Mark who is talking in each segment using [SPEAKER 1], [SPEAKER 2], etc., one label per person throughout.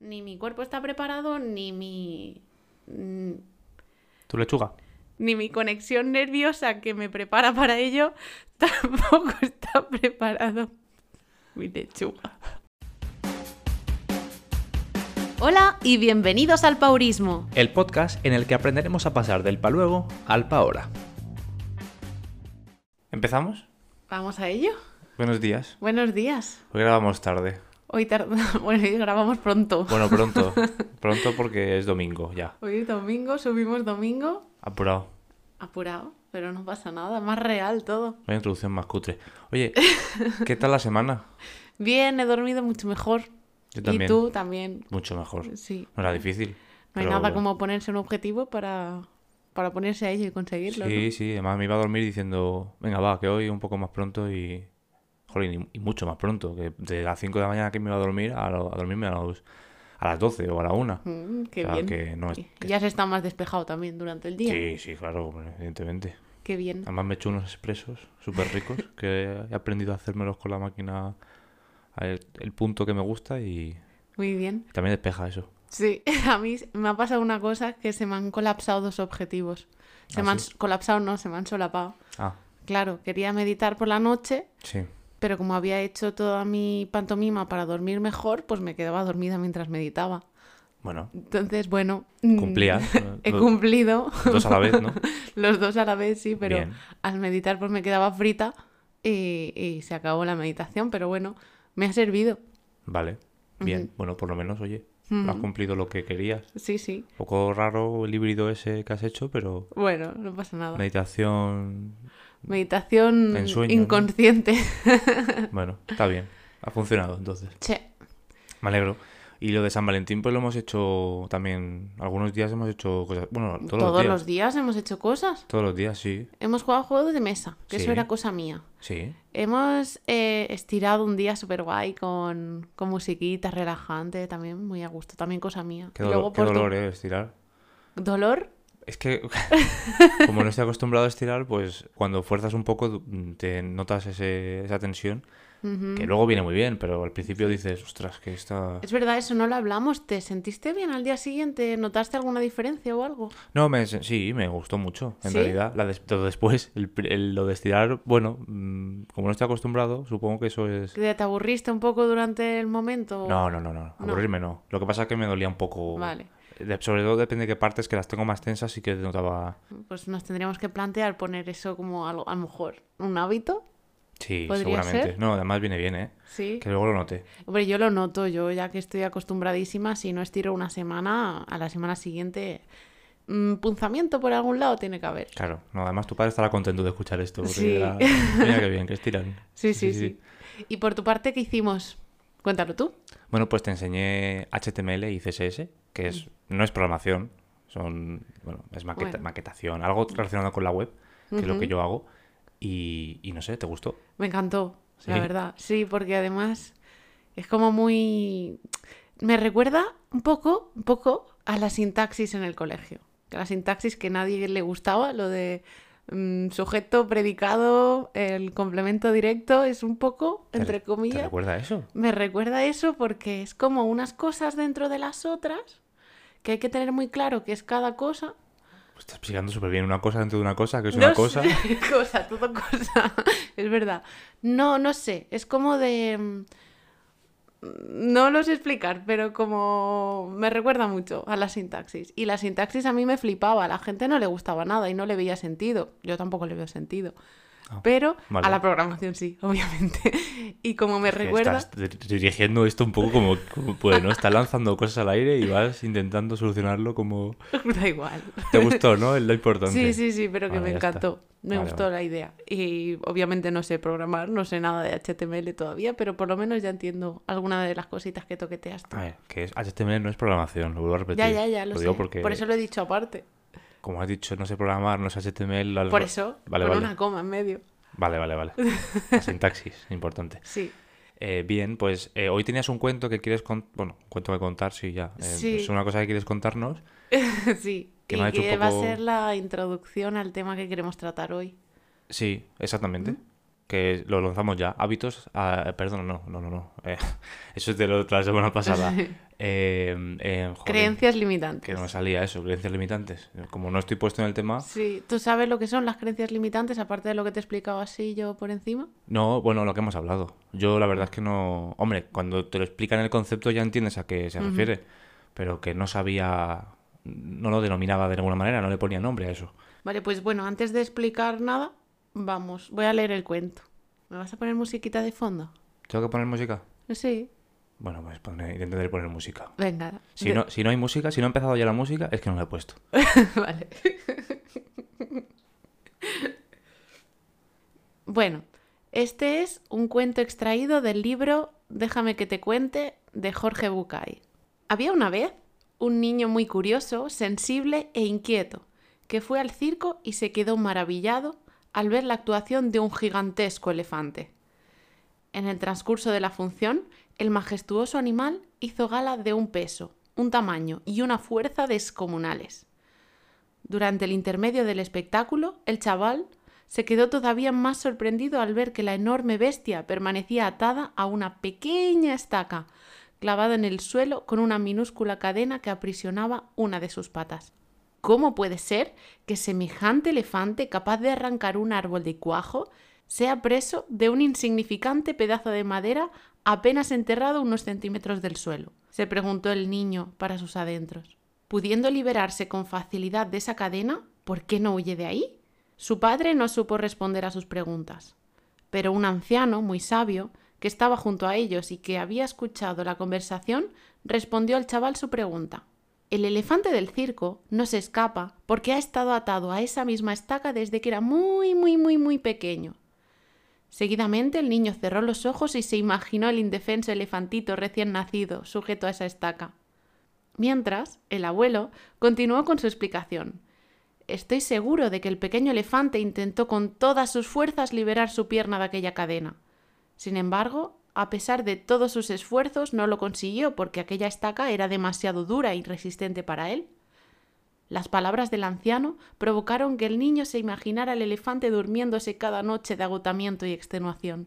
[SPEAKER 1] ni mi cuerpo está preparado, ni mi. mm,
[SPEAKER 2] Tu lechuga.
[SPEAKER 1] Ni mi conexión nerviosa que me prepara para ello tampoco está preparado. Mi lechuga. Hola y bienvenidos al Paurismo.
[SPEAKER 2] El podcast en el que aprenderemos a pasar del pa luego al pa ahora. ¿Empezamos?
[SPEAKER 1] Vamos a ello.
[SPEAKER 2] Buenos días.
[SPEAKER 1] Buenos días.
[SPEAKER 2] Hoy grabamos tarde.
[SPEAKER 1] Hoy tar- bueno, hoy grabamos pronto.
[SPEAKER 2] Bueno, pronto. pronto porque es domingo ya.
[SPEAKER 1] Hoy es domingo, subimos domingo.
[SPEAKER 2] Apurado.
[SPEAKER 1] Apurado, pero no pasa nada, más real todo.
[SPEAKER 2] Una introducción más cutre. Oye, ¿qué tal la semana?
[SPEAKER 1] Bien, he dormido mucho mejor.
[SPEAKER 2] Yo también.
[SPEAKER 1] Y tú también.
[SPEAKER 2] Mucho mejor.
[SPEAKER 1] Sí.
[SPEAKER 2] No era difícil.
[SPEAKER 1] No hay
[SPEAKER 2] pero-
[SPEAKER 1] nada como ponerse un objetivo para, para ponerse a ello y conseguirlo.
[SPEAKER 2] Sí,
[SPEAKER 1] ¿no?
[SPEAKER 2] sí, además me iba a dormir diciendo, venga, va, que hoy un poco más pronto y... Jolín, y y mucho más pronto, que de las 5 de la mañana que me iba a dormir, a, lo- a dormirme a, los- a las 12 o a la 1.
[SPEAKER 1] Mm, qué
[SPEAKER 2] O sea,
[SPEAKER 1] bien.
[SPEAKER 2] que no es-
[SPEAKER 1] Y-
[SPEAKER 2] que-
[SPEAKER 1] Ya se está más despejado también durante el día.
[SPEAKER 2] Sí, sí, claro, hombre, evidentemente.
[SPEAKER 1] Qué bien.
[SPEAKER 2] Además me he hecho unos expresos súper ricos, que he aprendido a hacérmelos con la máquina al el punto que me gusta y
[SPEAKER 1] Muy bien.
[SPEAKER 2] también despeja eso.
[SPEAKER 1] Sí, a mí me ha pasado una cosa que se me han colapsado dos objetivos. Se
[SPEAKER 2] ¿Ah,
[SPEAKER 1] me han
[SPEAKER 2] sí?
[SPEAKER 1] colapsado, no, se me han solapado.
[SPEAKER 2] Ah,
[SPEAKER 1] Claro, quería meditar por la noche,
[SPEAKER 2] sí.
[SPEAKER 1] pero como había hecho toda mi pantomima para dormir mejor, pues me quedaba dormida mientras meditaba.
[SPEAKER 2] Bueno,
[SPEAKER 1] Entonces, bueno. mm,
[SPEAKER 2] cumplías.
[SPEAKER 1] He
[SPEAKER 2] lo-
[SPEAKER 1] cumplido
[SPEAKER 2] Dos a la vez, ¿no?
[SPEAKER 1] los dos a la vez, sí, pero
[SPEAKER 2] Bien.
[SPEAKER 1] al meditar pues me quedaba frita y, y se acabó la meditación, pero bueno, me ha servido.
[SPEAKER 2] Vale, bien.
[SPEAKER 1] Ujú.
[SPEAKER 2] Bueno, por lo menos, oye, has cumplido lo que querías.
[SPEAKER 1] Sí, sí.
[SPEAKER 2] Un poco raro el híbrido ese que has hecho, pero
[SPEAKER 1] Bueno, no pasa nada.
[SPEAKER 2] meditación,
[SPEAKER 1] Meditación
[SPEAKER 2] En sueño, ¿no?
[SPEAKER 1] inconsciente.
[SPEAKER 2] bueno, está bien. Ha funcionado, entonces.
[SPEAKER 1] Che,
[SPEAKER 2] Me alegro. Y lo de San Valentín, pues lo hemos hecho también. Algunos días hemos hecho cosas. Bueno, todos,
[SPEAKER 1] todos,
[SPEAKER 2] los días.
[SPEAKER 1] los días hemos hecho cosas.
[SPEAKER 2] Todos los días, sí.
[SPEAKER 1] Hemos jugado juegos de mesa, que
[SPEAKER 2] Sí.
[SPEAKER 1] eso era cosa mía.
[SPEAKER 2] Sí.
[SPEAKER 1] Hemos eh, estirado un día súper guay con, con musiquita relajante, también muy a gusto, también cosa mía.
[SPEAKER 2] Qué,
[SPEAKER 1] Y
[SPEAKER 2] dolo-
[SPEAKER 1] luego
[SPEAKER 2] qué
[SPEAKER 1] por tu-
[SPEAKER 2] dolor, ¿eh? Estirar.
[SPEAKER 1] ¿Dolor?
[SPEAKER 2] Es que, como no estoy acostumbrado a estirar, pues cuando fuerzas un poco du- te notas ese- esa tensión, que luego viene muy bien, pero al principio dices, ostras, que está...
[SPEAKER 1] Es verdad, eso no lo hablamos. ¿Te sentiste bien al día siguiente? ¿Notaste alguna diferencia o algo?
[SPEAKER 2] No, me, se- sí, me gustó mucho, en
[SPEAKER 1] ¿Sí?
[SPEAKER 2] realidad. La des- lo después, el pri- el- lo de estirar, bueno, mm, como no estoy acostumbrado, supongo que eso es...
[SPEAKER 1] ¿Que ¿Te aburriste un poco durante el momento?
[SPEAKER 2] No, no, no, no, aburrirme no. Lo que pasa es que me dolía un poco...
[SPEAKER 1] Vale.
[SPEAKER 2] De- sobre todo depende de qué partes, que las tengo más tensas y que notaba...
[SPEAKER 1] Pues nos tendríamos que plantear poner eso como algo, a lo mejor un hábito,
[SPEAKER 2] Sí,
[SPEAKER 1] ¿Podría
[SPEAKER 2] seguramente.
[SPEAKER 1] ser?
[SPEAKER 2] No, además viene bien, ¿eh?
[SPEAKER 1] ¿sí?
[SPEAKER 2] Que luego lo noté.
[SPEAKER 1] Hombre, yo lo noto, yo ya que estoy acostumbradísima, si no estiro una semana, a la semana siguiente mm, punzamiento por algún lado tiene que haber.
[SPEAKER 2] Claro, no, además tu padre estará contento de escuchar esto. porque
[SPEAKER 1] Sí.
[SPEAKER 2] dirá, Mira qué bien, que estiran.
[SPEAKER 1] Sí, sí, sí, ¿Y por tu parte qué hicimos? Cuéntalo tú.
[SPEAKER 2] Bueno, pues te enseñé HTML y CSS, que es, no es programación, son, bueno, es maqueta-
[SPEAKER 1] Bueno.
[SPEAKER 2] maquetación, algo relacionado con la web, que es lo que yo hago. Y, y no sé, ¿te gustó?
[SPEAKER 1] Me encantó, la
[SPEAKER 2] ¿Sí?
[SPEAKER 1] verdad. Sí, porque además es como muy... Me recuerda un poco, un poco a la sintaxis en el colegio. A la sintaxis que nadie le gustaba, lo de mm, sujeto, predicado, el complemento directo, es un poco,
[SPEAKER 2] ¿Te re-
[SPEAKER 1] entre
[SPEAKER 2] ¿Te
[SPEAKER 1] comillas,
[SPEAKER 2] recuerda eso?
[SPEAKER 1] me recuerda a eso porque es como unas cosas dentro de las otras que hay que tener muy claro que es cada cosa.
[SPEAKER 2] Pues estás explicando súper bien una cosa dentro de una cosa, que es
[SPEAKER 1] No
[SPEAKER 2] una cosa.
[SPEAKER 1] sé, cosa, todo cosa. Es verdad. No, no sé. Es como de. mm, No lo sé explicar, pero como me recuerda mucho a la sintaxis. Y la sintaxis a mí me flipaba, a la gente no le gustaba nada y no le veía sentido. Yo tampoco le veo sentido.
[SPEAKER 2] Ah,
[SPEAKER 1] pero
[SPEAKER 2] vale.
[SPEAKER 1] a la programación sí, obviamente. Y como me
[SPEAKER 2] Que
[SPEAKER 1] recuerda...
[SPEAKER 2] Estás dir- dirigiendo esto un poco como, como puede, ¿no? Estás lanzando cosas al aire y vas intentando solucionarlo como...
[SPEAKER 1] Da igual.
[SPEAKER 2] Te gustó, ¿no? Es lo importante.
[SPEAKER 1] Sí, sí, sí, pero que
[SPEAKER 2] Vale,
[SPEAKER 1] me
[SPEAKER 2] ya está.
[SPEAKER 1] encantó. Me
[SPEAKER 2] Vale,
[SPEAKER 1] gustó
[SPEAKER 2] vale.
[SPEAKER 1] la idea. Y obviamente no sé programar, no sé nada de HTML todavía, pero por lo menos ya entiendo alguna de las cositas que toqueteas tú.
[SPEAKER 2] A ver, que es HTML no es programación, pues lo vuelvo a repetir.
[SPEAKER 1] Ya, ya, ya, lo,
[SPEAKER 2] digo
[SPEAKER 1] sé.
[SPEAKER 2] porque,
[SPEAKER 1] Por eso lo he dicho aparte.
[SPEAKER 2] como has dicho, no sé programar, no sé HTML. las-
[SPEAKER 1] Por eso,
[SPEAKER 2] Pues Vale,
[SPEAKER 1] con
[SPEAKER 2] vale.
[SPEAKER 1] una coma en medio.
[SPEAKER 2] Vale, vale, vale. La sintaxis, importante.
[SPEAKER 1] Sí.
[SPEAKER 2] Eh, bien, pues eh, hoy tenías un cuento que quieres con... Bueno, un cuento que contar, sí, ya. Eh,
[SPEAKER 1] Sí.
[SPEAKER 2] Es una cosa que quieres contarnos.
[SPEAKER 1] sí.
[SPEAKER 2] Que
[SPEAKER 1] Y
[SPEAKER 2] me ha hecho un
[SPEAKER 1] que va a
[SPEAKER 2] poco-
[SPEAKER 1] ser la introducción al tema que queremos tratar hoy.
[SPEAKER 2] Sí, exactamente. que lo lanzamos ya. Hábitos, ah, perdón, no, no, no, no. Eh, eso es de lo- la semana pasada. Eh, eh, joder,
[SPEAKER 1] Creencias
[SPEAKER 2] Que
[SPEAKER 1] limitantes.
[SPEAKER 2] no me salía eso, creencias limitantes. Como no estoy puesto en el tema,
[SPEAKER 1] Sí, ¿tú sabes lo que son las creencias limitantes aparte de lo que te he explicado así yo por encima?
[SPEAKER 2] no, bueno, lo que hemos hablado. Yo la verdad es que no... Hombre, cuando te lo explican el concepto ya entiendes a qué se refiere, pero que no sabía, no lo denominaba de ninguna manera, no le ponía nombre a eso.
[SPEAKER 1] Vale, pues bueno, antes de explicar nada, vamos, voy a leer el cuento. ¿Me vas a poner musiquita de fondo?
[SPEAKER 2] ¿Tengo que poner música?
[SPEAKER 1] Sí,
[SPEAKER 2] Bueno, pues poner, intentaré poner música.
[SPEAKER 1] venga.
[SPEAKER 2] Si,
[SPEAKER 1] de-
[SPEAKER 2] no, si no hay música, si no ha empezado ya la música, es que no la he puesto.
[SPEAKER 1] vale. bueno, este es un cuento extraído del libro Déjame que te cuente de Jorge Bucay. Había una vez un niño muy curioso, sensible e inquieto, que fue al circo y se quedó maravillado al ver la actuación de un gigantesco elefante. En el transcurso de la función, el majestuoso animal hizo gala de un peso, un tamaño y una fuerza descomunales. Durante el intermedio del espectáculo, el chaval se quedó todavía más sorprendido al ver que la enorme bestia permanecía atada a una pequeña estaca, clavada en el suelo con una minúscula cadena que aprisionaba una de sus patas. ¿Cómo puede ser que semejante elefante capaz de arrancar un árbol de cuajo sea preso de un insignificante pedazo de madera apenas enterrado unos centímetros del suelo? se preguntó el niño para sus adentros. Pudiendo liberarse con facilidad de esa cadena, ¿por qué no huye de ahí? Su padre no supo responder a sus preguntas, pero un anciano muy sabio, que estaba junto a ellos y que había escuchado la conversación, respondió al chaval su pregunta. El elefante del circo no se escapa porque ha estado atado a esa misma estaca desde que era muy, muy, muy, muy pequeño. Seguidamente el niño cerró los ojos y se imaginó el indefenso elefantito recién nacido, sujeto a esa estaca. Mientras, el abuelo continuó con su explicación. Estoy seguro de que el pequeño elefante intentó con todas sus fuerzas liberar su pierna de aquella cadena. Sin embargo, a pesar de todos sus esfuerzos, no lo consiguió porque aquella estaca era demasiado dura y resistente para él. Las palabras del anciano provocaron que el niño se imaginara al elefante durmiéndose cada noche de agotamiento y extenuación.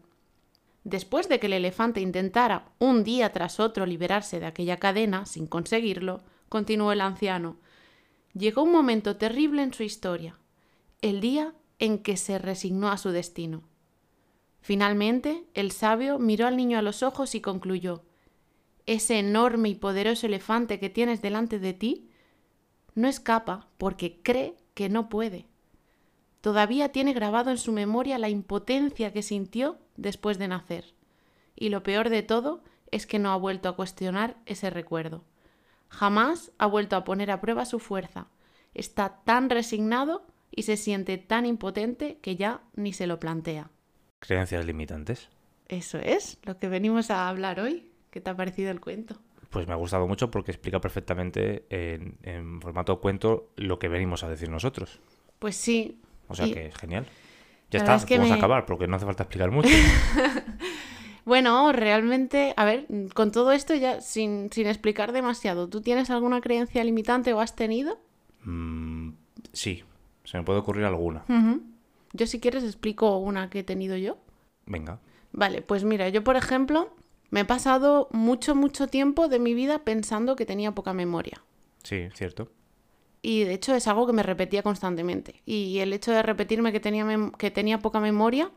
[SPEAKER 1] Después de que el elefante intentara un día tras otro liberarse de aquella cadena sin conseguirlo, continuó el anciano, llegó un momento terrible en su historia, el día en que se resignó a su destino. Finalmente, el sabio miró al niño a los ojos y concluyó Ese enorme y poderoso elefante que tienes delante de ti no escapa porque cree que no puede. Todavía tiene grabado en su memoria la impotencia que sintió después de nacer. Y lo peor de todo es que no ha vuelto a cuestionar ese recuerdo. Jamás ha vuelto a poner a prueba su fuerza. Está tan resignado y se siente tan impotente que ya ni se lo plantea.
[SPEAKER 2] Creencias limitantes.
[SPEAKER 1] Eso es lo que venimos a hablar hoy. ¿Qué te ha parecido el cuento?
[SPEAKER 2] Pues me ha gustado mucho porque explica perfectamente en, en formato cuento lo que venimos a decir nosotros.
[SPEAKER 1] Pues sí.
[SPEAKER 2] O sea
[SPEAKER 1] y-
[SPEAKER 2] que es genial. Ya
[SPEAKER 1] La
[SPEAKER 2] está,
[SPEAKER 1] verdad es que
[SPEAKER 2] vamos a
[SPEAKER 1] me-
[SPEAKER 2] acabar porque no hace falta explicar mucho.
[SPEAKER 1] Bueno, realmente, a ver, mm, con todo esto ya sin, sin explicar demasiado, ¿tú tienes alguna creencia limitante o has tenido?
[SPEAKER 2] Mm, sí, se me puede ocurrir alguna.
[SPEAKER 1] Ujú. Yo si quieres explico una que he tenido yo.
[SPEAKER 2] Venga.
[SPEAKER 1] Vale, pues mira, yo por ejemplo me he pasado mucho, mucho tiempo de mi vida pensando que tenía poca memoria.
[SPEAKER 2] Sí, cierto.
[SPEAKER 1] Y de hecho es algo que me repetía constantemente. Y el hecho de repetirme que tenía, mem- que tenía poca memoria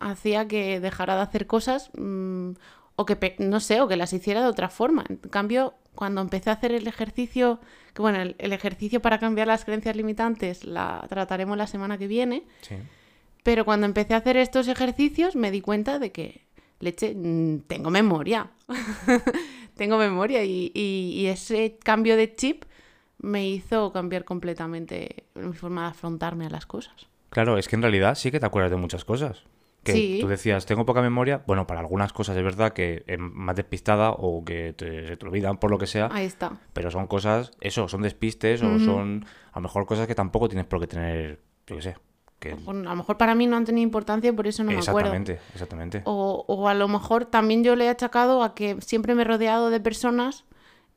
[SPEAKER 1] hacía que dejara de hacer cosas mm, o que, pe- no sé, o que las hiciera de otra forma. En cambio, cuando empecé a hacer el ejercicio, que bueno, el, el ejercicio para cambiar las creencias limitantes la trataremos la semana que viene,
[SPEAKER 2] Sí.
[SPEAKER 1] pero cuando empecé a hacer estos ejercicios me di cuenta de que, leche, mm, tengo memoria. tengo memoria y, y- y ese cambio de chip me hizo cambiar completamente mi forma de afrontarme a las cosas.
[SPEAKER 2] Claro, es que en realidad sí que te acuerdas de muchas cosas. Que
[SPEAKER 1] Sí.
[SPEAKER 2] tú decías, tengo poca memoria. Bueno, para algunas cosas es verdad que es más despistada o que te, se te olvidan por lo que sea.
[SPEAKER 1] Ahí está.
[SPEAKER 2] Pero son cosas, eso, son despistes o son a lo mejor cosas que tampoco tienes por qué tener, yo qué sé. Que,
[SPEAKER 1] Bueno, a lo mejor para mí no han tenido importancia y por eso no me acuerdo.
[SPEAKER 2] exactamente, exactamente.
[SPEAKER 1] O, o a lo mejor también yo le he achacado a que siempre me he rodeado de personas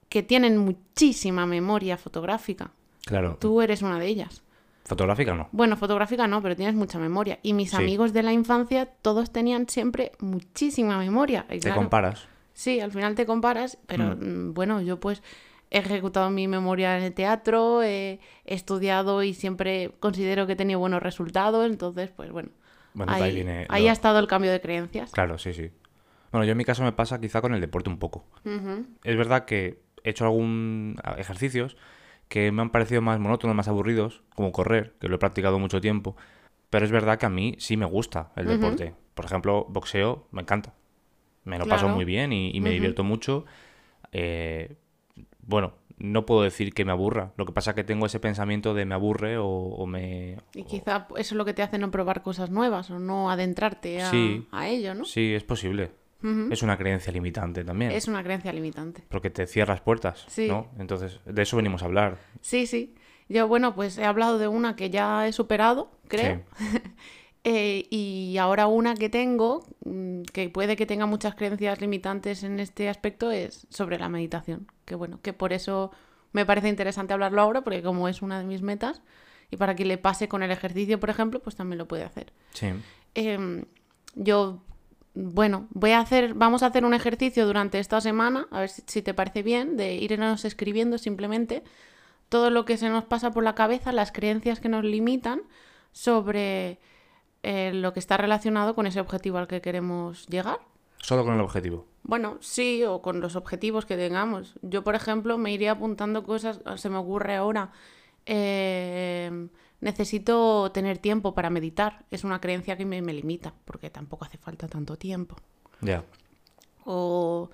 [SPEAKER 1] que tienen muchísima memoria fotográfica.
[SPEAKER 2] Claro,
[SPEAKER 1] Tú eres una de ellas.
[SPEAKER 2] Fotográfica no.
[SPEAKER 1] Bueno, fotográfica no, pero tienes mucha memoria. Y mis
[SPEAKER 2] Sí.
[SPEAKER 1] amigos de la infancia, todos tenían siempre muchísima memoria. Y
[SPEAKER 2] Te
[SPEAKER 1] claro,
[SPEAKER 2] comparas.
[SPEAKER 1] Sí, al final te comparas, pero mm, bueno, yo pues he ejecutado mi memoria en el teatro, eh, he estudiado y siempre considero que he tenido buenos resultados, entonces pues bueno,
[SPEAKER 2] Bueno, de
[SPEAKER 1] ahí,
[SPEAKER 2] ahí viene
[SPEAKER 1] ahí
[SPEAKER 2] lo-
[SPEAKER 1] ha estado el cambio de creencias.
[SPEAKER 2] Claro, sí, sí. Bueno, yo en mi caso me pasa quizá con el deporte un poco.
[SPEAKER 1] Ujú.
[SPEAKER 2] Es verdad que he hecho algún a- ejercicios que me han parecido más monótonos, más aburridos, como correr, que lo he practicado mucho tiempo. Pero es verdad que a mí sí me gusta el
[SPEAKER 1] Ujú.
[SPEAKER 2] deporte. Por ejemplo, boxeo me encanta. Me lo paso
[SPEAKER 1] Claro.
[SPEAKER 2] muy bien y, y me
[SPEAKER 1] Ujú.
[SPEAKER 2] divierto mucho. Eh, bueno, no puedo decir que me aburra. Lo que pasa es que tengo ese pensamiento de me aburre o, o me...
[SPEAKER 1] Y
[SPEAKER 2] o-
[SPEAKER 1] quizá eso es lo que te hace no probar cosas nuevas o no adentrarte a,
[SPEAKER 2] Sí.
[SPEAKER 1] a ello, ¿no?
[SPEAKER 2] Sí, es posible.
[SPEAKER 1] Ujú.
[SPEAKER 2] Es una creencia limitante también.
[SPEAKER 1] Es una creencia limitante.
[SPEAKER 2] Porque te cierras puertas,
[SPEAKER 1] Sí.
[SPEAKER 2] ¿no? Entonces, de eso venimos a hablar.
[SPEAKER 1] Sí, sí. Yo, bueno, pues he hablado de una que ya he superado, creo. Eh, y ahora una que tengo, mm, que puede que tenga muchas creencias limitantes en este aspecto, es sobre la meditación. Que bueno, que por eso me parece interesante hablarlo ahora, porque como es una de mis metas, y para que le pase con el ejercicio, por ejemplo, pues también lo puede hacer.
[SPEAKER 2] Sí, sí.
[SPEAKER 1] Em, yo, bueno, voy a hacer, vamos a hacer un ejercicio durante esta semana, a ver si, si te parece bien, de irnos escribiendo simplemente todo lo que se nos pasa por la cabeza, las creencias que nos limitan sobre eh, lo que está relacionado con ese objetivo al que queremos llegar.
[SPEAKER 2] Solo con el objetivo.
[SPEAKER 1] Bueno, sí, o con los objetivos que tengamos. Yo, por ejemplo, me iría apuntando cosas, ah, se me ocurre ahora, eh, necesito tener tiempo para meditar. Es una creencia que me, me limita, porque tampoco hace falta tanto tiempo.
[SPEAKER 2] Ya.
[SPEAKER 1] O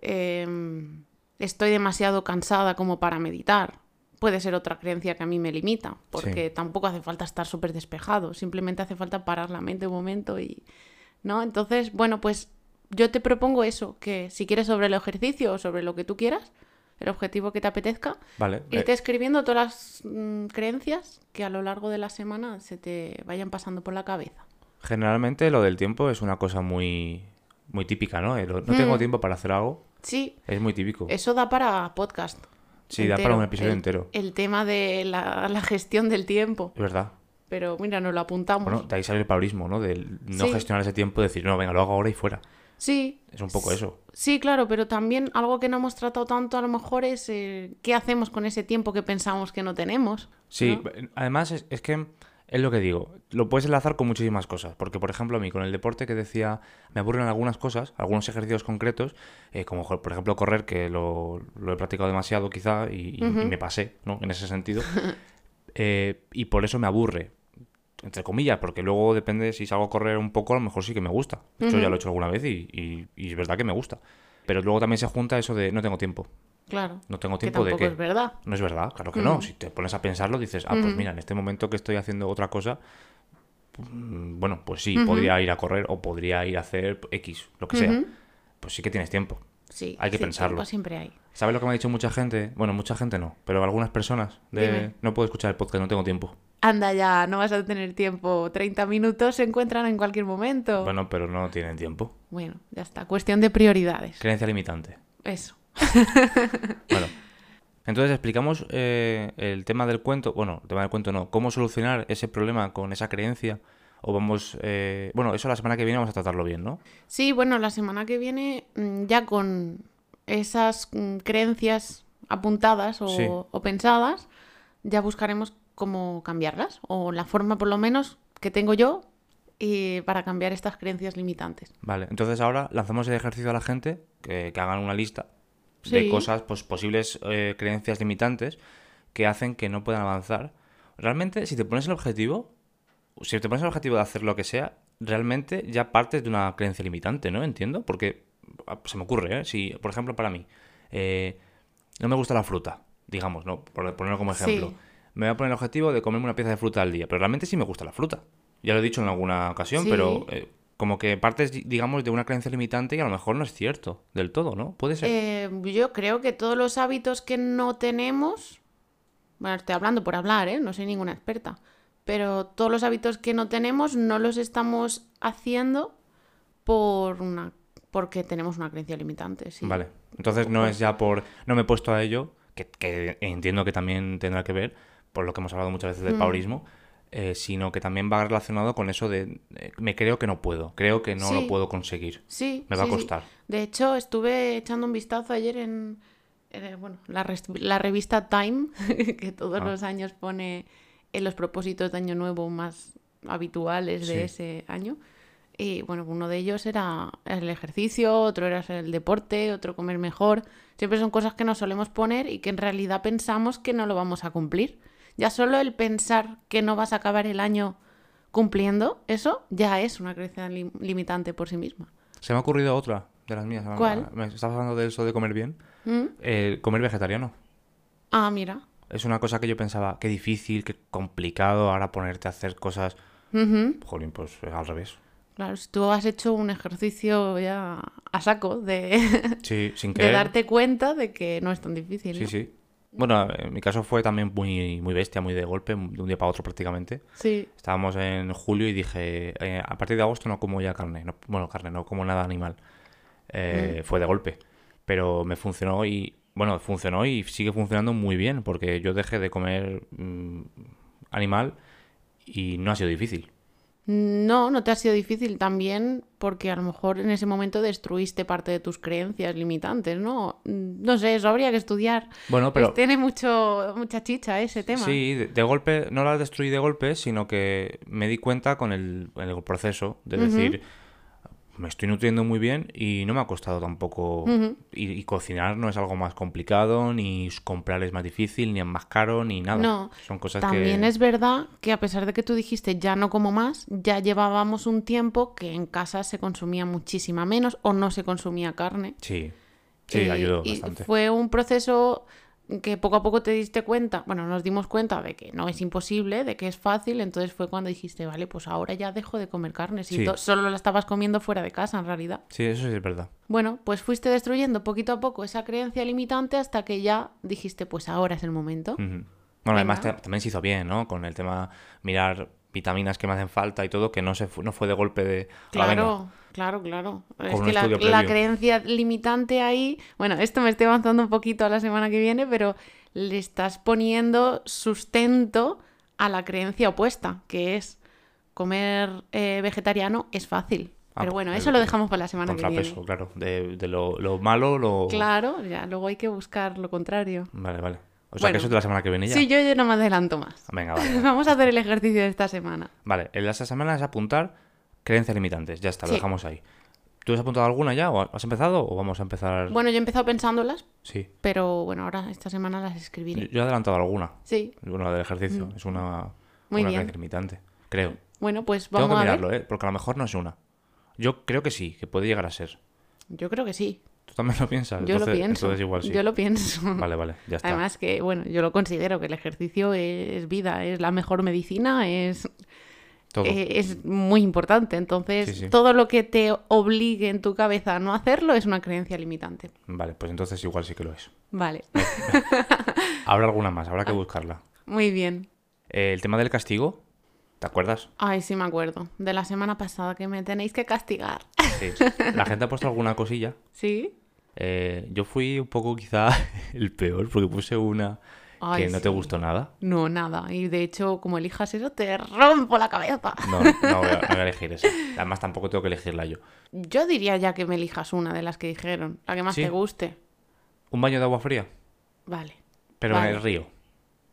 [SPEAKER 1] em, estoy demasiado cansada como para meditar. Puede ser otra creencia que a mí me limita, porque tampoco hace falta estar súper despejado, simplemente hace falta parar la mente un momento y... ¿No? Entonces, bueno, pues yo te propongo eso, que si quieres sobre el ejercicio o sobre lo que tú quieras, el objetivo que te apetezca,
[SPEAKER 2] Vale. eh,
[SPEAKER 1] irte escribiendo todas las mm, creencias que a lo largo de la semana se te vayan pasando por la cabeza.
[SPEAKER 2] generalmente lo del tiempo es una cosa muy, muy típica, ¿no? El- no tengo
[SPEAKER 1] Mm.
[SPEAKER 2] tiempo para hacer algo.
[SPEAKER 1] Sí,
[SPEAKER 2] Es muy típico.
[SPEAKER 1] Eso da para podcast.
[SPEAKER 2] Sí, da para un episodio
[SPEAKER 1] El-
[SPEAKER 2] entero.
[SPEAKER 1] El tema de la, la gestión del tiempo.
[SPEAKER 2] Es verdad.
[SPEAKER 1] Pero mira, nos lo apuntamos.
[SPEAKER 2] Bueno, de ahí sale el paurismo, ¿no? Del no
[SPEAKER 1] Mm. Sí.
[SPEAKER 2] gestionar ese tiempo, decir, no, venga, lo hago ahora y fuera.
[SPEAKER 1] sí,
[SPEAKER 2] Es un poco eso.
[SPEAKER 1] sí, claro, pero también algo que no hemos tratado tanto a lo mejor es eh, qué hacemos con ese tiempo que pensamos que no tenemos.
[SPEAKER 2] Sí,
[SPEAKER 1] ¿no?
[SPEAKER 2] además es, es que es lo que digo, lo puedes enlazar con muchísimas cosas, porque por ejemplo a mí con el deporte que decía, me aburren algunas cosas, algunos ejercicios concretos, eh, como jo- por ejemplo correr, que lo, lo he practicado demasiado quizá y, y- y
[SPEAKER 1] Ujú.
[SPEAKER 2] me pasé, ¿no? En ese sentido, Eh, y por eso me aburre, entre comillas, porque luego depende si salgo a correr un poco, a lo mejor sí que me gusta, de hecho ya
[SPEAKER 1] Ujú.
[SPEAKER 2] lo he hecho alguna vez y, y- y es verdad que me gusta, pero luego también se junta eso de no tengo tiempo,
[SPEAKER 1] Claro.
[SPEAKER 2] no tengo
[SPEAKER 1] Que
[SPEAKER 2] tiempo de
[SPEAKER 1] tampoco
[SPEAKER 2] qué.
[SPEAKER 1] es verdad.
[SPEAKER 2] No es verdad, claro que no.
[SPEAKER 1] Mm.
[SPEAKER 2] Si te pones a pensarlo, dices, ah, pues mira, en este momento que estoy haciendo otra cosa, mm, bueno, pues sí, podría ir a correr o podría ir a hacer X, lo que sea.
[SPEAKER 1] Ujú.
[SPEAKER 2] Pues sí que tienes tiempo.
[SPEAKER 1] Sí.
[SPEAKER 2] Hay que
[SPEAKER 1] sí,
[SPEAKER 2] pensarlo.
[SPEAKER 1] tiempo siempre hay.
[SPEAKER 2] ¿Sabes lo que me ha dicho mucha gente? Bueno, mucha gente no, pero algunas personas de
[SPEAKER 1] Dime.
[SPEAKER 2] no puedo escuchar el podcast, no tengo tiempo.
[SPEAKER 1] Anda ya, no vas a tener tiempo. 30 minutos se encuentran en cualquier momento.
[SPEAKER 2] Bueno, pero no tienen tiempo.
[SPEAKER 1] Bueno, ya está. Cuestión de prioridades.
[SPEAKER 2] Creencia limitante.
[SPEAKER 1] Eso.
[SPEAKER 2] Bueno. Entonces explicamos eh, el tema del cuento, bueno, el tema del cuento no, cómo solucionar ese problema con esa creencia o vamos, eh, bueno, eso la semana que viene vamos a tratarlo bien, ¿no?
[SPEAKER 1] Sí, bueno, la semana que viene mm, ya con esas mm, creencias apuntadas o,
[SPEAKER 2] Sí.
[SPEAKER 1] o pensadas, ya buscaremos cómo cambiarlas o la forma por lo menos que tengo yo eh, para cambiar estas creencias limitantes.
[SPEAKER 2] Vale, entonces ahora lanzamos el ejercicio a la gente, que, que hagan una lista de
[SPEAKER 1] Sí.
[SPEAKER 2] cosas, pues posibles eh, creencias limitantes que hacen que no puedan avanzar. Realmente, si te pones el objetivo, si te pones el objetivo de hacer lo que sea, realmente ya partes de una creencia limitante, ¿no? Entiendo, porque ah, se me ocurre, ¿eh? Si, por ejemplo, para mí, eh, no me gusta la fruta, digamos, ¿no? Por ponerlo como
[SPEAKER 1] Sí.
[SPEAKER 2] ejemplo. Me voy a poner el objetivo de comerme una pieza de fruta al día, pero realmente sí me gusta la fruta. Ya lo he dicho en alguna ocasión,
[SPEAKER 1] Sí.
[SPEAKER 2] pero eh, como que partes, di- digamos, de una creencia limitante y a lo mejor no es cierto del todo, ¿no? Puede ser.
[SPEAKER 1] Eh, yo creo que todos los hábitos que no tenemos, bueno, estoy hablando por hablar, ¿eh? no soy ninguna experta, pero todos los hábitos que no tenemos no los estamos haciendo por una, porque tenemos una creencia limitante. Sí.
[SPEAKER 2] Vale. Entonces no es ya por. No me he puesto a ello, que, que entiendo que también tendrá que ver, por lo que hemos hablado muchas veces
[SPEAKER 1] Mm.
[SPEAKER 2] del paurismo, eh, sino que también va relacionado con eso de eh, me creo que no puedo, creo que no
[SPEAKER 1] Sí.
[SPEAKER 2] lo puedo conseguir.
[SPEAKER 1] Sí.
[SPEAKER 2] Me va a
[SPEAKER 1] sí, sí.
[SPEAKER 2] costar.
[SPEAKER 1] De hecho, estuve echando un vistazo ayer en, en, eh, bueno, la, res- la revista Time, que todos
[SPEAKER 2] Ah.
[SPEAKER 1] los años pone en los propósitos de Año Nuevo más habituales de
[SPEAKER 2] Sí.
[SPEAKER 1] ese año. Y bueno, uno de ellos era el ejercicio, otro era hacer el deporte, otro comer mejor. Siempre son cosas que nos solemos poner y que en realidad pensamos que no lo vamos a cumplir. Ya solo el pensar que no vas a acabar el año cumpliendo, eso ya es una creencia lim- limitante por sí misma.
[SPEAKER 2] Se me ha ocurrido otra de las mías.
[SPEAKER 1] ¿Cuál?
[SPEAKER 2] Me estabas hablando de eso de comer bien.
[SPEAKER 1] ¿Mm?
[SPEAKER 2] Eh, comer vegetariano.
[SPEAKER 1] Ah, mira.
[SPEAKER 2] Es una cosa que yo pensaba, qué difícil, qué complicado ahora ponerte a hacer cosas.
[SPEAKER 1] Ujú.
[SPEAKER 2] Jolín, pues eh, al revés.
[SPEAKER 1] Claro, si tú has hecho un ejercicio ya a saco de,
[SPEAKER 2] Sí, sin
[SPEAKER 1] de
[SPEAKER 2] querer.
[SPEAKER 1] darte Mm. cuenta de que no es tan difícil.
[SPEAKER 2] Sí,
[SPEAKER 1] ¿no?
[SPEAKER 2] sí. Bueno, en mi caso fue también muy, muy bestia, muy de golpe, de un día para otro prácticamente.
[SPEAKER 1] Sí.
[SPEAKER 2] Estábamos en julio y dije, eh, a partir de agosto no como ya carne. no- bueno, carne, no como nada animal.
[SPEAKER 1] Mm.
[SPEAKER 2] Eh, Fue de golpe. Pero me funcionó y, bueno, funcionó y sigue funcionando muy bien porque yo dejé de comer mm, animal y no ha sido difícil.
[SPEAKER 1] No, no te ha sido difícil también porque a lo mejor en ese momento destruiste parte de tus creencias limitantes, ¿no? Mm, No sé, eso habría que estudiar.
[SPEAKER 2] Bueno, pero...
[SPEAKER 1] Es- tiene mucho, mucha chicha ese tema.
[SPEAKER 2] Sí, de, de golpe, no la destruí de golpe, sino que me di cuenta con el, en el proceso de decir, me estoy nutriendo muy bien y no me ha costado tampoco. y, y cocinar no es algo más complicado, ni s- comprar es más difícil, ni es más caro, ni nada.
[SPEAKER 1] No,
[SPEAKER 2] Son cosas
[SPEAKER 1] También
[SPEAKER 2] que.
[SPEAKER 1] es verdad que a pesar de que tú dijiste ya no como más, ya llevábamos un tiempo que en casa se consumía muchísima menos o no se consumía carne.
[SPEAKER 2] Sí, sí,
[SPEAKER 1] Eh,
[SPEAKER 2] ayudó
[SPEAKER 1] y
[SPEAKER 2] bastante.
[SPEAKER 1] Fue un proceso que poco a poco te diste cuenta, bueno, nos dimos cuenta de que no es imposible, de que es fácil, entonces fue cuando dijiste, vale, pues ahora ya dejo de comer carne, si
[SPEAKER 2] Sí.
[SPEAKER 1] to- solo la estabas comiendo fuera de casa en realidad.
[SPEAKER 2] Sí, eso sí es verdad.
[SPEAKER 1] Bueno, pues fuiste destruyendo poquito a poco esa creencia limitante hasta que ya dijiste, pues ahora es el momento.
[SPEAKER 2] Ujú. Bueno, además
[SPEAKER 1] Venga.
[SPEAKER 2] ta- también se hizo bien, ¿no? Con el tema mirar vitaminas que me hacen falta y todo, que no, se fu- no fue de golpe de... "Ala, venga".
[SPEAKER 1] Claro, claro, claro. Es
[SPEAKER 2] un
[SPEAKER 1] que la,
[SPEAKER 2] estudio
[SPEAKER 1] la
[SPEAKER 2] previo.
[SPEAKER 1] creencia limitante ahí, bueno, esto me estoy avanzando un poquito a la semana que viene, pero le estás poniendo sustento a la creencia opuesta, que es comer eh, vegetariano es fácil.
[SPEAKER 2] Ah,
[SPEAKER 1] pero bueno,
[SPEAKER 2] el-
[SPEAKER 1] eso lo dejamos para la semana que viene.
[SPEAKER 2] Contrapeso, claro. De, de lo, lo malo, lo...
[SPEAKER 1] Claro, ya, luego hay que buscar lo contrario.
[SPEAKER 2] Vale, vale. O sea
[SPEAKER 1] Bueno.
[SPEAKER 2] que eso es de la semana que viene ya.
[SPEAKER 1] Sí, yo, yo no me adelanto más.
[SPEAKER 2] Venga, vale. vale.
[SPEAKER 1] Vamos a hacer el ejercicio de esta semana.
[SPEAKER 2] Vale, el de esta semana es apuntar creencias limitantes. Ya está, lo
[SPEAKER 1] Sí.
[SPEAKER 2] dejamos ahí. ¿Tú has apuntado alguna ya? ¿O has empezado? ¿O vamos a empezar?
[SPEAKER 1] Bueno, yo he empezado pensándolas,
[SPEAKER 2] Sí.
[SPEAKER 1] pero bueno, ahora esta semana las
[SPEAKER 2] Yo,
[SPEAKER 1] escribiré.
[SPEAKER 2] yo he adelantado alguna.
[SPEAKER 1] Sí,
[SPEAKER 2] Bueno, la del ejercicio. Es una,
[SPEAKER 1] Mm. Muy
[SPEAKER 2] una
[SPEAKER 1] bien.
[SPEAKER 2] creencia limitante. Creo.
[SPEAKER 1] bueno, pues
[SPEAKER 2] Tengo
[SPEAKER 1] vamos
[SPEAKER 2] que
[SPEAKER 1] a ver.
[SPEAKER 2] mirarlo, ¿eh? Porque a lo mejor no es una. Yo creo que sí, que puede llegar a ser.
[SPEAKER 1] Yo creo que sí.
[SPEAKER 2] ¿Tú también lo piensas?
[SPEAKER 1] Yo lo
[SPEAKER 2] Entonces-
[SPEAKER 1] pienso.
[SPEAKER 2] Entonces igual sí.
[SPEAKER 1] Yo lo pienso.
[SPEAKER 2] Vale, vale, ya está.
[SPEAKER 1] Además que, bueno, yo lo considero que el ejercicio es vida, es la mejor medicina, es,
[SPEAKER 2] Todo.
[SPEAKER 1] eh, es muy importante. Entonces,
[SPEAKER 2] Sí, sí.
[SPEAKER 1] todo lo que te obligue en tu cabeza a no hacerlo es una creencia limitante.
[SPEAKER 2] Vale, pues entonces igual sí que lo es.
[SPEAKER 1] Vale,
[SPEAKER 2] Habrá alguna más,
[SPEAKER 1] ah.
[SPEAKER 2] habrá que buscarla.
[SPEAKER 1] muy bien.
[SPEAKER 2] Eh, el tema del castigo, ¿te acuerdas?
[SPEAKER 1] Ay, sí me acuerdo. De la semana pasada que me tenéis que castigar.
[SPEAKER 2] Sí. La gente ha puesto alguna cosilla.
[SPEAKER 1] ¿Sí?
[SPEAKER 2] Eh, yo fui un poco quizá el peor porque puse una
[SPEAKER 1] Ay,
[SPEAKER 2] que no te
[SPEAKER 1] sí.
[SPEAKER 2] gustó nada.
[SPEAKER 1] No, nada. Y de hecho, como elijas eso, te rompo la cabeza.
[SPEAKER 2] No, no voy a, no voy a elegir esa. Además tampoco tengo que elegirla yo.
[SPEAKER 1] Yo diría ya que me elijas una de las que dijeron, la que más
[SPEAKER 2] Sí.
[SPEAKER 1] te guste.
[SPEAKER 2] Un baño de agua fría,
[SPEAKER 1] Vale.
[SPEAKER 2] pero
[SPEAKER 1] Vale.
[SPEAKER 2] en el río.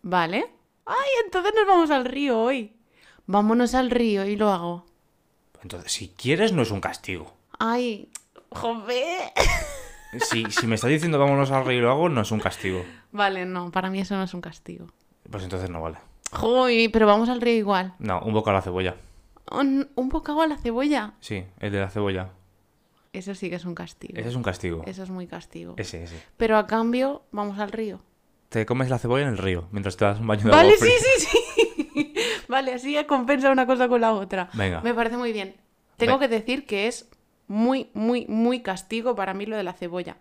[SPEAKER 1] ¿Vale? Ay, entonces nos vamos al río hoy. Vámonos al río y lo hago.
[SPEAKER 2] Entonces, si quieres no es un castigo.
[SPEAKER 1] Ay, joder.
[SPEAKER 2] Si, si me estás diciendo vámonos al río y lo hago, no es un castigo.
[SPEAKER 1] Vale, no, para mí eso no es un castigo.
[SPEAKER 2] Pues entonces no vale.
[SPEAKER 1] Uy, pero vamos al río igual.
[SPEAKER 2] No, un bocado a la cebolla.
[SPEAKER 1] Un, un bocado a la cebolla.
[SPEAKER 2] Sí, el de la cebolla.
[SPEAKER 1] Eso sí que es un castigo.
[SPEAKER 2] Ese es un castigo.
[SPEAKER 1] Eso es muy castigo.
[SPEAKER 2] Ese, ese.
[SPEAKER 1] Pero a cambio, vamos al río.
[SPEAKER 2] Te comes la cebolla en el río mientras te das un baño de
[SPEAKER 1] Vale, sí,
[SPEAKER 2] agua fría.
[SPEAKER 1] sí, sí. vale, así ya compensa una cosa con la otra.
[SPEAKER 2] Venga.
[SPEAKER 1] Me parece muy bien. Tengo
[SPEAKER 2] Ve-
[SPEAKER 1] que decir que es muy, muy, muy castigo para mí lo de la cebolla.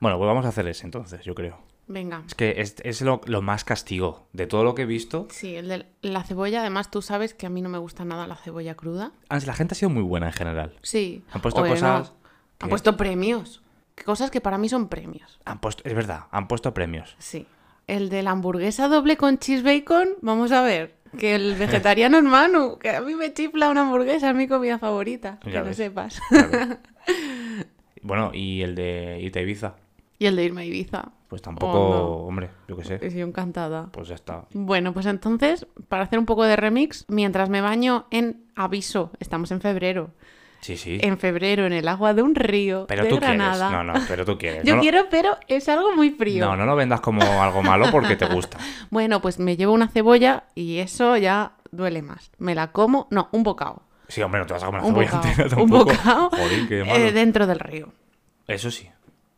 [SPEAKER 2] Bueno, pues vamos a hacer ese entonces, yo creo.
[SPEAKER 1] Venga.
[SPEAKER 2] Es que es, es lo, lo más castigo de todo lo que he visto.
[SPEAKER 1] Sí, el de la cebolla, además tú sabes que a mí no me gusta nada la cebolla cruda.
[SPEAKER 2] Ah, La gente ha sido muy buena en general.
[SPEAKER 1] Sí.
[SPEAKER 2] Han puesto
[SPEAKER 1] Oye, no.
[SPEAKER 2] cosas que-
[SPEAKER 1] Han puesto premios. Cosas que para mí son premios.
[SPEAKER 2] Han puesto, es verdad, han puesto premios.
[SPEAKER 1] Sí. el de la hamburguesa doble con cheese bacon, vamos a ver. Que el vegetariano es Manu, que a mí me chifla una hamburguesa, es mi comida favorita,
[SPEAKER 2] Ya
[SPEAKER 1] que lo
[SPEAKER 2] ves.
[SPEAKER 1] sepas.
[SPEAKER 2] Claro. bueno, y el de irte a Ibiza.
[SPEAKER 1] Y el de irme a Ibiza,
[SPEAKER 2] Pues tampoco,
[SPEAKER 1] Oh,
[SPEAKER 2] hombre, yo qué sé.
[SPEAKER 1] estoy encantada.
[SPEAKER 2] Pues ya está.
[SPEAKER 1] Bueno, pues entonces, para hacer un poco de remix, mientras me baño en aviso, estamos en febrero.
[SPEAKER 2] Sí, sí.
[SPEAKER 1] En febrero, en el agua de un río
[SPEAKER 2] Pero
[SPEAKER 1] Eh, de
[SPEAKER 2] tú
[SPEAKER 1] Granada.
[SPEAKER 2] quieres. No, no, pero tú quieres.
[SPEAKER 1] Yo
[SPEAKER 2] no, lo-
[SPEAKER 1] quiero, pero es algo muy frío.
[SPEAKER 2] no, no lo vendas como algo malo porque te gusta.
[SPEAKER 1] Bueno, pues me llevo una cebolla y eso ya duele más. Me la como, no, un bocado.
[SPEAKER 2] Sí, hombre, no te vas a comer la
[SPEAKER 1] Un
[SPEAKER 2] cebolla
[SPEAKER 1] bocado,
[SPEAKER 2] entera
[SPEAKER 1] un
[SPEAKER 2] tampoco.
[SPEAKER 1] bocado
[SPEAKER 2] Joder, qué
[SPEAKER 1] eh,
[SPEAKER 2] malo.
[SPEAKER 1] dentro del río.
[SPEAKER 2] Eso sí.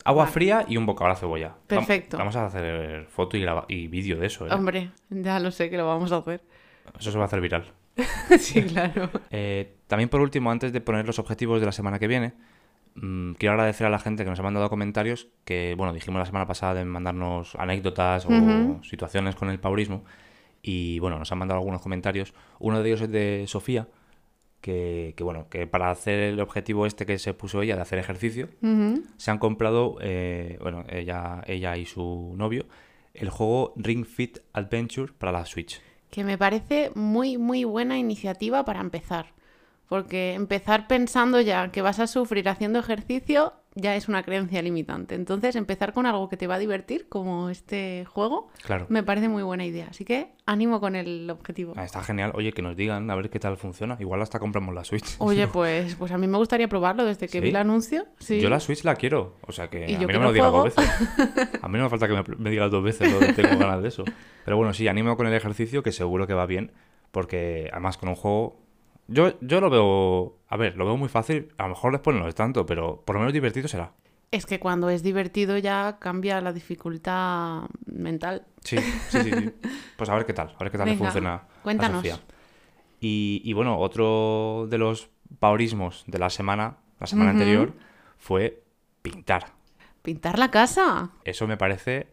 [SPEAKER 2] Agua fría y un bocado a la cebolla. Vam-
[SPEAKER 1] Perfecto.
[SPEAKER 2] Vamos a hacer foto y, graba- y vídeo de eso. ¿eh?
[SPEAKER 1] Hombre, ya lo sé que lo vamos a hacer.
[SPEAKER 2] Eso se va a hacer viral.
[SPEAKER 1] sí, claro.
[SPEAKER 2] Eh, también por último, antes de poner los objetivos de la semana que viene, mm, quiero agradecer a la gente que nos ha mandado comentarios, que bueno, dijimos la semana pasada de mandarnos anécdotas o
[SPEAKER 1] Ujú.
[SPEAKER 2] situaciones con el paurismo, y bueno, nos han mandado algunos comentarios. Uno de ellos es de Sofía, que, que, bueno, que para hacer el objetivo este que se puso ella de hacer ejercicio,
[SPEAKER 1] Ujú.
[SPEAKER 2] se han comprado, eh, bueno, ella, ella y su novio, el juego Ring Fit Adventure para la Switch.
[SPEAKER 1] Que me parece muy, muy buena iniciativa para empezar. Porque empezar pensando ya que vas a sufrir haciendo ejercicio ya es una creencia limitante. Entonces, empezar con algo que te va a divertir, como este juego,
[SPEAKER 2] Claro.
[SPEAKER 1] me parece muy buena idea. Así que ánimo con el objetivo.
[SPEAKER 2] Ah, Está genial. Oye, que nos digan a ver qué tal funciona. Igual hasta compramos la Switch.
[SPEAKER 1] Oye, pues, pues a mí me gustaría probarlo desde que vi
[SPEAKER 2] ¿Sí?
[SPEAKER 1] el anuncio. Sí.
[SPEAKER 2] Yo la Switch la quiero. O sea que
[SPEAKER 1] Y
[SPEAKER 2] a
[SPEAKER 1] yo
[SPEAKER 2] mí
[SPEAKER 1] que
[SPEAKER 2] no me
[SPEAKER 1] no
[SPEAKER 2] lo digas
[SPEAKER 1] juego.
[SPEAKER 2] dos veces. A mí no me falta que me, me digas dos veces lo de tengo ganas de eso. Pero bueno, sí, animo con el ejercicio que seguro que va bien. Porque además con un juego. Yo, yo lo veo. A ver, lo veo muy fácil. A lo mejor después no lo es tanto, pero por lo menos divertido será.
[SPEAKER 1] Es que cuando es divertido ya cambia la dificultad mental.
[SPEAKER 2] Sí, sí, sí. sí. Pues a ver qué tal, a ver qué tal le
[SPEAKER 1] Venga,
[SPEAKER 2] funciona a
[SPEAKER 1] cuéntanos.
[SPEAKER 2] Sofía. Y, y bueno, otro de los paurismos de la semana, la semana
[SPEAKER 1] Ujú.
[SPEAKER 2] anterior, fue pintar.
[SPEAKER 1] Pintar la casa.
[SPEAKER 2] Eso me parece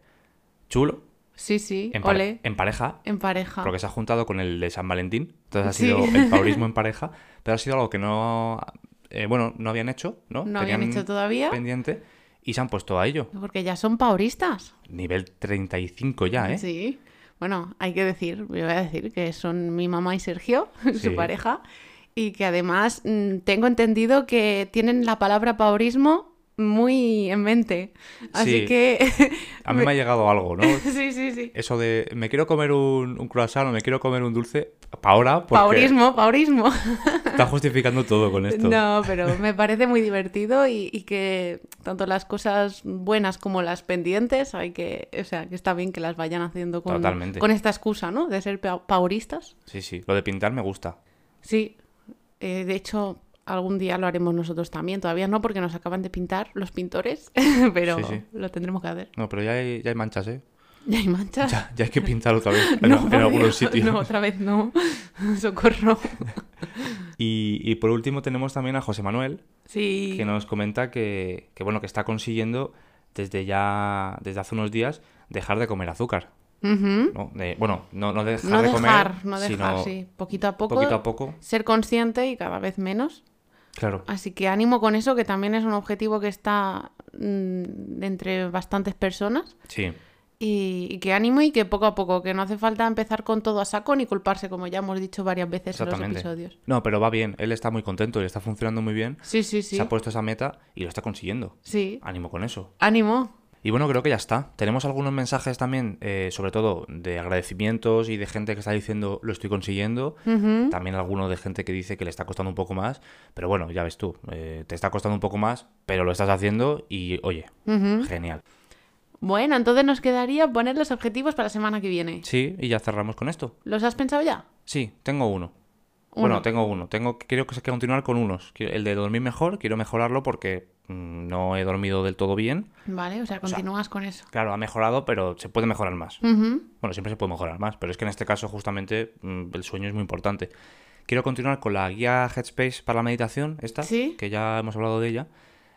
[SPEAKER 2] chulo
[SPEAKER 1] Sí, sí.
[SPEAKER 2] en, pare-
[SPEAKER 1] Ole.
[SPEAKER 2] en pareja,
[SPEAKER 1] En pareja.
[SPEAKER 2] porque se ha juntado con el de San Valentín. Entonces ha
[SPEAKER 1] Sí.
[SPEAKER 2] sido el paurismo en pareja, pero ha sido algo que no, eh, bueno, no habían hecho, ¿no?
[SPEAKER 1] No habían
[SPEAKER 2] Tenían
[SPEAKER 1] hecho todavía.
[SPEAKER 2] pendiente y se han puesto a ello.
[SPEAKER 1] Porque ya son pauristas.
[SPEAKER 2] Nivel 35 ya, ¿eh?
[SPEAKER 1] Sí. Bueno, hay que decir, yo voy a decir que son mi mamá y Sergio,
[SPEAKER 2] Sí.
[SPEAKER 1] su pareja, y que además mm, tengo entendido que tienen la palabra paurismo muy en mente. Así
[SPEAKER 2] Sí. eh,
[SPEAKER 1] que...
[SPEAKER 2] A mí me ha llegado algo, ¿no?
[SPEAKER 1] sí, sí, sí.
[SPEAKER 2] Eso de me quiero comer un, un croissant o me quiero comer un dulce, pa' ahora, porque
[SPEAKER 1] Paurismo, paurismo.
[SPEAKER 2] está justificando todo con esto.
[SPEAKER 1] No, pero me parece muy divertido y, y que tanto las cosas buenas como las pendientes hay que, o sea, que está bien que las vayan haciendo con,
[SPEAKER 2] Totalmente.
[SPEAKER 1] con esta excusa, ¿no? De ser pa- pauristas.
[SPEAKER 2] Sí, sí, lo de pintar me gusta.
[SPEAKER 1] Sí, eh, de hecho algún día lo haremos nosotros también. Todavía no porque nos acaban de pintar los pintores, pero
[SPEAKER 2] Sí, sí.
[SPEAKER 1] lo tendremos que hacer.
[SPEAKER 2] No, pero ya hay, ya hay manchas, ¿eh?
[SPEAKER 1] Ya hay manchas.
[SPEAKER 2] Ya, ya hay que pintar otra vez en,
[SPEAKER 1] No,
[SPEAKER 2] en
[SPEAKER 1] por
[SPEAKER 2] algunos
[SPEAKER 1] Dios,
[SPEAKER 2] sitios.
[SPEAKER 1] No, otra vez no. Socorro.
[SPEAKER 2] Y, y por último tenemos también a José Manuel,
[SPEAKER 1] Sí.
[SPEAKER 2] que nos comenta que, que, bueno, que está consiguiendo desde ya, desde hace unos días, dejar de comer azúcar.
[SPEAKER 1] Ujú.
[SPEAKER 2] ¿no? De- bueno, no, no dejar
[SPEAKER 1] No
[SPEAKER 2] de comer,
[SPEAKER 1] dejar, no dejar,
[SPEAKER 2] sino
[SPEAKER 1] sí. Poquito a poco.
[SPEAKER 2] poquito a poco.
[SPEAKER 1] ser consciente y cada vez menos.
[SPEAKER 2] Claro,
[SPEAKER 1] Así que ánimo con eso, que también es un objetivo que está mm, entre bastantes personas.
[SPEAKER 2] sí.
[SPEAKER 1] Y, y que ánimo y que poco a poco, que no hace falta empezar con todo a saco ni culparse, como ya hemos dicho varias veces en los
[SPEAKER 2] Exactamente.
[SPEAKER 1] episodios.
[SPEAKER 2] No, pero va bien. Él está muy contento, le está funcionando muy bien.
[SPEAKER 1] Sí, sí, sí.
[SPEAKER 2] Se ha puesto esa meta y lo está consiguiendo.
[SPEAKER 1] Sí.
[SPEAKER 2] Ánimo con eso.
[SPEAKER 1] Ánimo.
[SPEAKER 2] Y bueno, creo que ya está. Tenemos algunos mensajes también, eh, sobre todo de agradecimientos y de gente que está diciendo lo estoy consiguiendo.
[SPEAKER 1] Ujú.
[SPEAKER 2] También alguno de gente que dice que le está costando un poco más. Pero bueno, ya ves tú, eh, te está costando un poco más, pero lo estás haciendo y oye,
[SPEAKER 1] Ujú.
[SPEAKER 2] genial.
[SPEAKER 1] Bueno, entonces nos quedaría poner los objetivos para la semana que viene.
[SPEAKER 2] Sí, y ya cerramos con esto.
[SPEAKER 1] ¿Los has pensado ya?
[SPEAKER 2] Sí, tengo uno.
[SPEAKER 1] Uno.
[SPEAKER 2] Bueno, tengo uno. Tengo, creo que se que continuar con unos. Quiero- El de dormir mejor, quiero mejorarlo porque mm, no he dormido del todo bien.
[SPEAKER 1] Vale, o sea, continúas con eso.
[SPEAKER 2] Claro, ha mejorado, pero se puede mejorar más.
[SPEAKER 1] Ujú.
[SPEAKER 2] Bueno, siempre se puede mejorar más, pero es que en este caso justamente mm, el sueño es muy importante. Quiero continuar con la guía Headspace para la meditación, esta,
[SPEAKER 1] Sí.
[SPEAKER 2] que ya hemos hablado de ella,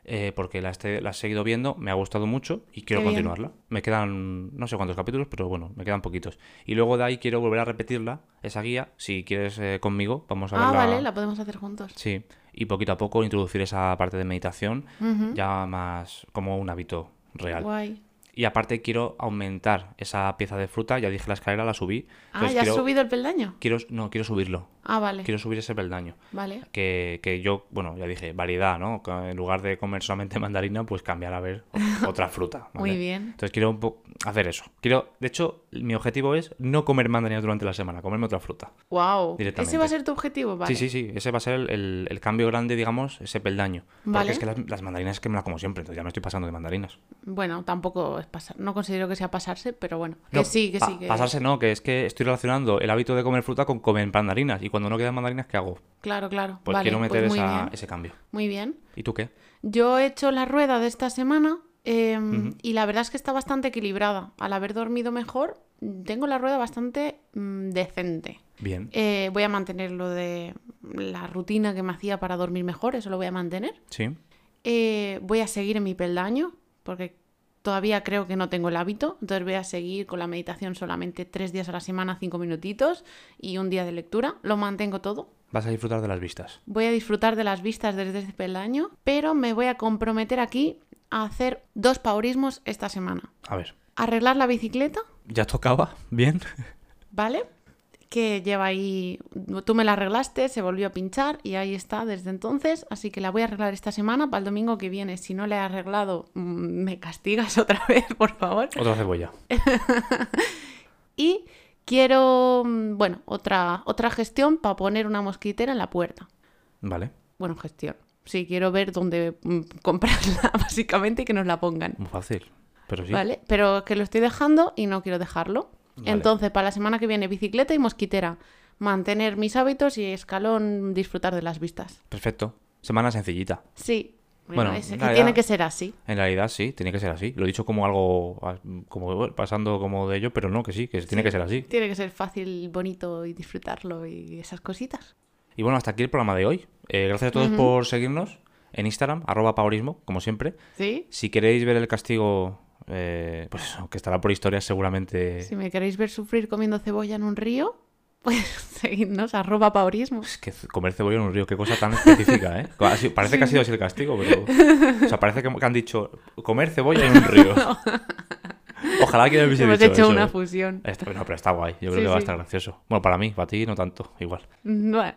[SPEAKER 2] eh, porque la, este- la he seguido viendo, me ha gustado mucho y quiero
[SPEAKER 1] Qué bien.
[SPEAKER 2] continuarla. Me quedan no sé cuántos capítulos, pero bueno, me quedan poquitos. Y luego de ahí quiero volver a repetirla, esa guía, si quieres eh, conmigo, vamos a
[SPEAKER 1] Ah,
[SPEAKER 2] verla.
[SPEAKER 1] vale, la podemos hacer juntos.
[SPEAKER 2] Sí, y poquito a poco introducir esa parte de meditación
[SPEAKER 1] Ujú.
[SPEAKER 2] ya Pues más como un hábito real.
[SPEAKER 1] Guay.
[SPEAKER 2] Y aparte quiero aumentar esa pieza de fruta. Ya dije la escalera, la subí.
[SPEAKER 1] Ah,
[SPEAKER 2] Entonces
[SPEAKER 1] ¿ya has
[SPEAKER 2] pues quiero,
[SPEAKER 1] subido el peldaño?
[SPEAKER 2] quiero- No, quiero subirlo.
[SPEAKER 1] Ah, vale.
[SPEAKER 2] Quiero subir ese peldaño.
[SPEAKER 1] Vale.
[SPEAKER 2] Que, que yo, bueno, ya dije, variedad, ¿no? Que En lugar de comer solamente mandarina, pues cambiar a ver o- otra fruta. ¿vale?
[SPEAKER 1] Muy bien.
[SPEAKER 2] Entonces quiero un po- hacer eso. Quiero, de hecho, mi objetivo es no comer mandarina durante la semana, comerme otra fruta.
[SPEAKER 1] Wow.
[SPEAKER 2] Directamente.
[SPEAKER 1] Ese va a ser tu objetivo, vale.
[SPEAKER 2] Sí, sí, sí. Ese va a ser el, el- el cambio grande, digamos, ese peldaño.
[SPEAKER 1] Vale.
[SPEAKER 2] Porque es que las, las mandarinas es que me las como siempre, entonces ya me estoy pasando de mandarinas.
[SPEAKER 1] Bueno, tampoco es pasar. No considero que sea pasarse, pero bueno. Que
[SPEAKER 2] No,
[SPEAKER 1] sí, que
[SPEAKER 2] pa-
[SPEAKER 1] sí. Que...
[SPEAKER 2] Pasarse no, que es que estoy relacionando el hábito de comer fruta con comer mandarinas. Y cuando no quedan mandarinas, ¿qué hago?
[SPEAKER 1] Claro, claro.
[SPEAKER 2] Pues
[SPEAKER 1] vale,
[SPEAKER 2] quiero meter
[SPEAKER 1] pues muy
[SPEAKER 2] esa-
[SPEAKER 1] bien.
[SPEAKER 2] ese cambio.
[SPEAKER 1] Muy bien.
[SPEAKER 2] ¿Y tú qué?
[SPEAKER 1] Yo he hecho la rueda de esta semana eh, y la verdad es que está bastante equilibrada. Al haber dormido mejor, tengo la rueda bastante mm, decente.
[SPEAKER 2] Bien.
[SPEAKER 1] Eh, voy a mantener lo de la rutina que me hacía para dormir mejor, eso lo voy a mantener.
[SPEAKER 2] Sí.
[SPEAKER 1] Eh, voy a seguir en mi peldaño, porque todavía creo que no tengo el hábito. Entonces voy a seguir con la meditación solamente tres días a la semana, cinco minutitos y un día de lectura. Lo mantengo todo.
[SPEAKER 2] Vas a disfrutar de las vistas.
[SPEAKER 1] Voy a disfrutar de las vistas desde este peldaño, pero me voy a comprometer aquí a hacer dos paurismos esta semana.
[SPEAKER 2] A ver.
[SPEAKER 1] Arreglar la bicicleta,
[SPEAKER 2] ¿Ya tocaba? Bien.
[SPEAKER 1] ¿vale? Que lleva ahí, tú me la arreglaste, se volvió a pinchar y ahí está desde entonces, así que la voy a arreglar esta semana para el domingo que viene. Si no la he arreglado, mm, me castigas otra vez, por favor.
[SPEAKER 2] Otra cebolla.
[SPEAKER 1] Y quiero, mm, bueno, otra, otra gestión para poner una mosquitera en la puerta.
[SPEAKER 2] Vale.
[SPEAKER 1] Bueno, gestión. Sí, quiero ver dónde mm, comprarla, básicamente, y que nos la pongan.
[SPEAKER 2] Muy fácil. Pero sí.
[SPEAKER 1] ¿Vale? Pero que lo estoy dejando y no quiero dejarlo.
[SPEAKER 2] Vale.
[SPEAKER 1] Entonces, para la semana que viene, bicicleta y mosquitera. Mantener mis hábitos y escalón, disfrutar de las vistas.
[SPEAKER 2] Perfecto. Semana sencillita.
[SPEAKER 1] Sí. Bueno,
[SPEAKER 2] Bueno,
[SPEAKER 1] es-
[SPEAKER 2] en
[SPEAKER 1] y
[SPEAKER 2] realidad-
[SPEAKER 1] tiene que ser así.
[SPEAKER 2] En realidad sí, tiene que ser así. Lo he dicho como algo, ah, como bueno, pasando como de ello, pero no, que sí, que tiene que ser así.
[SPEAKER 1] Tiene que ser fácil, bonito y disfrutarlo y esas cositas.
[SPEAKER 2] Y bueno, hasta aquí el programa de hoy. Eh, gracias a todos por seguirnos en Instagram, arroba paorismo, como siempre.
[SPEAKER 1] ¿Sí?
[SPEAKER 2] Si queréis ver el castigo, eh, pues eso, que estará por historias seguramente.
[SPEAKER 1] Si me queréis ver sufrir comiendo cebolla en un río, pues seguidnos, arroba paurismo.
[SPEAKER 2] Es que c- comer cebolla en un río, qué cosa tan específica, ¿eh? Ha sido- Parece que ha sido así el castigo, pero... O sea, parece que que han dicho comer cebolla en un río. Ojalá que no hubiese
[SPEAKER 1] Hemos
[SPEAKER 2] dicho
[SPEAKER 1] hecho
[SPEAKER 2] eso,
[SPEAKER 1] una
[SPEAKER 2] ¿eh?
[SPEAKER 1] fusión.
[SPEAKER 2] Está- no, pero está guay. Yo creo
[SPEAKER 1] Sí,
[SPEAKER 2] que va
[SPEAKER 1] sí.
[SPEAKER 2] a estar gracioso. Bueno, para mí, para ti no tanto, igual.
[SPEAKER 1] Bueno,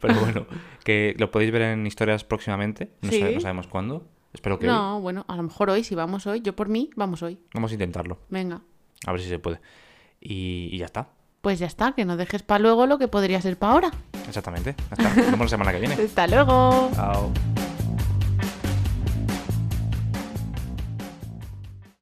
[SPEAKER 2] Pero bueno, que lo podéis ver en historias próximamente. No, sabe-
[SPEAKER 1] Sí.
[SPEAKER 2] no sabemos cuándo. Espero que hoy.
[SPEAKER 1] no, bueno, a lo mejor hoy, si vamos hoy, yo por mí, vamos hoy.
[SPEAKER 2] Vamos a intentarlo.
[SPEAKER 1] Venga.
[SPEAKER 2] A ver si se puede. Y, y ya está.
[SPEAKER 1] Pues ya está, que no dejes para luego lo que podría ser para ahora.
[SPEAKER 2] Exactamente. Ya está. Nos vemos la semana que viene.
[SPEAKER 1] Hasta luego.
[SPEAKER 2] Chao.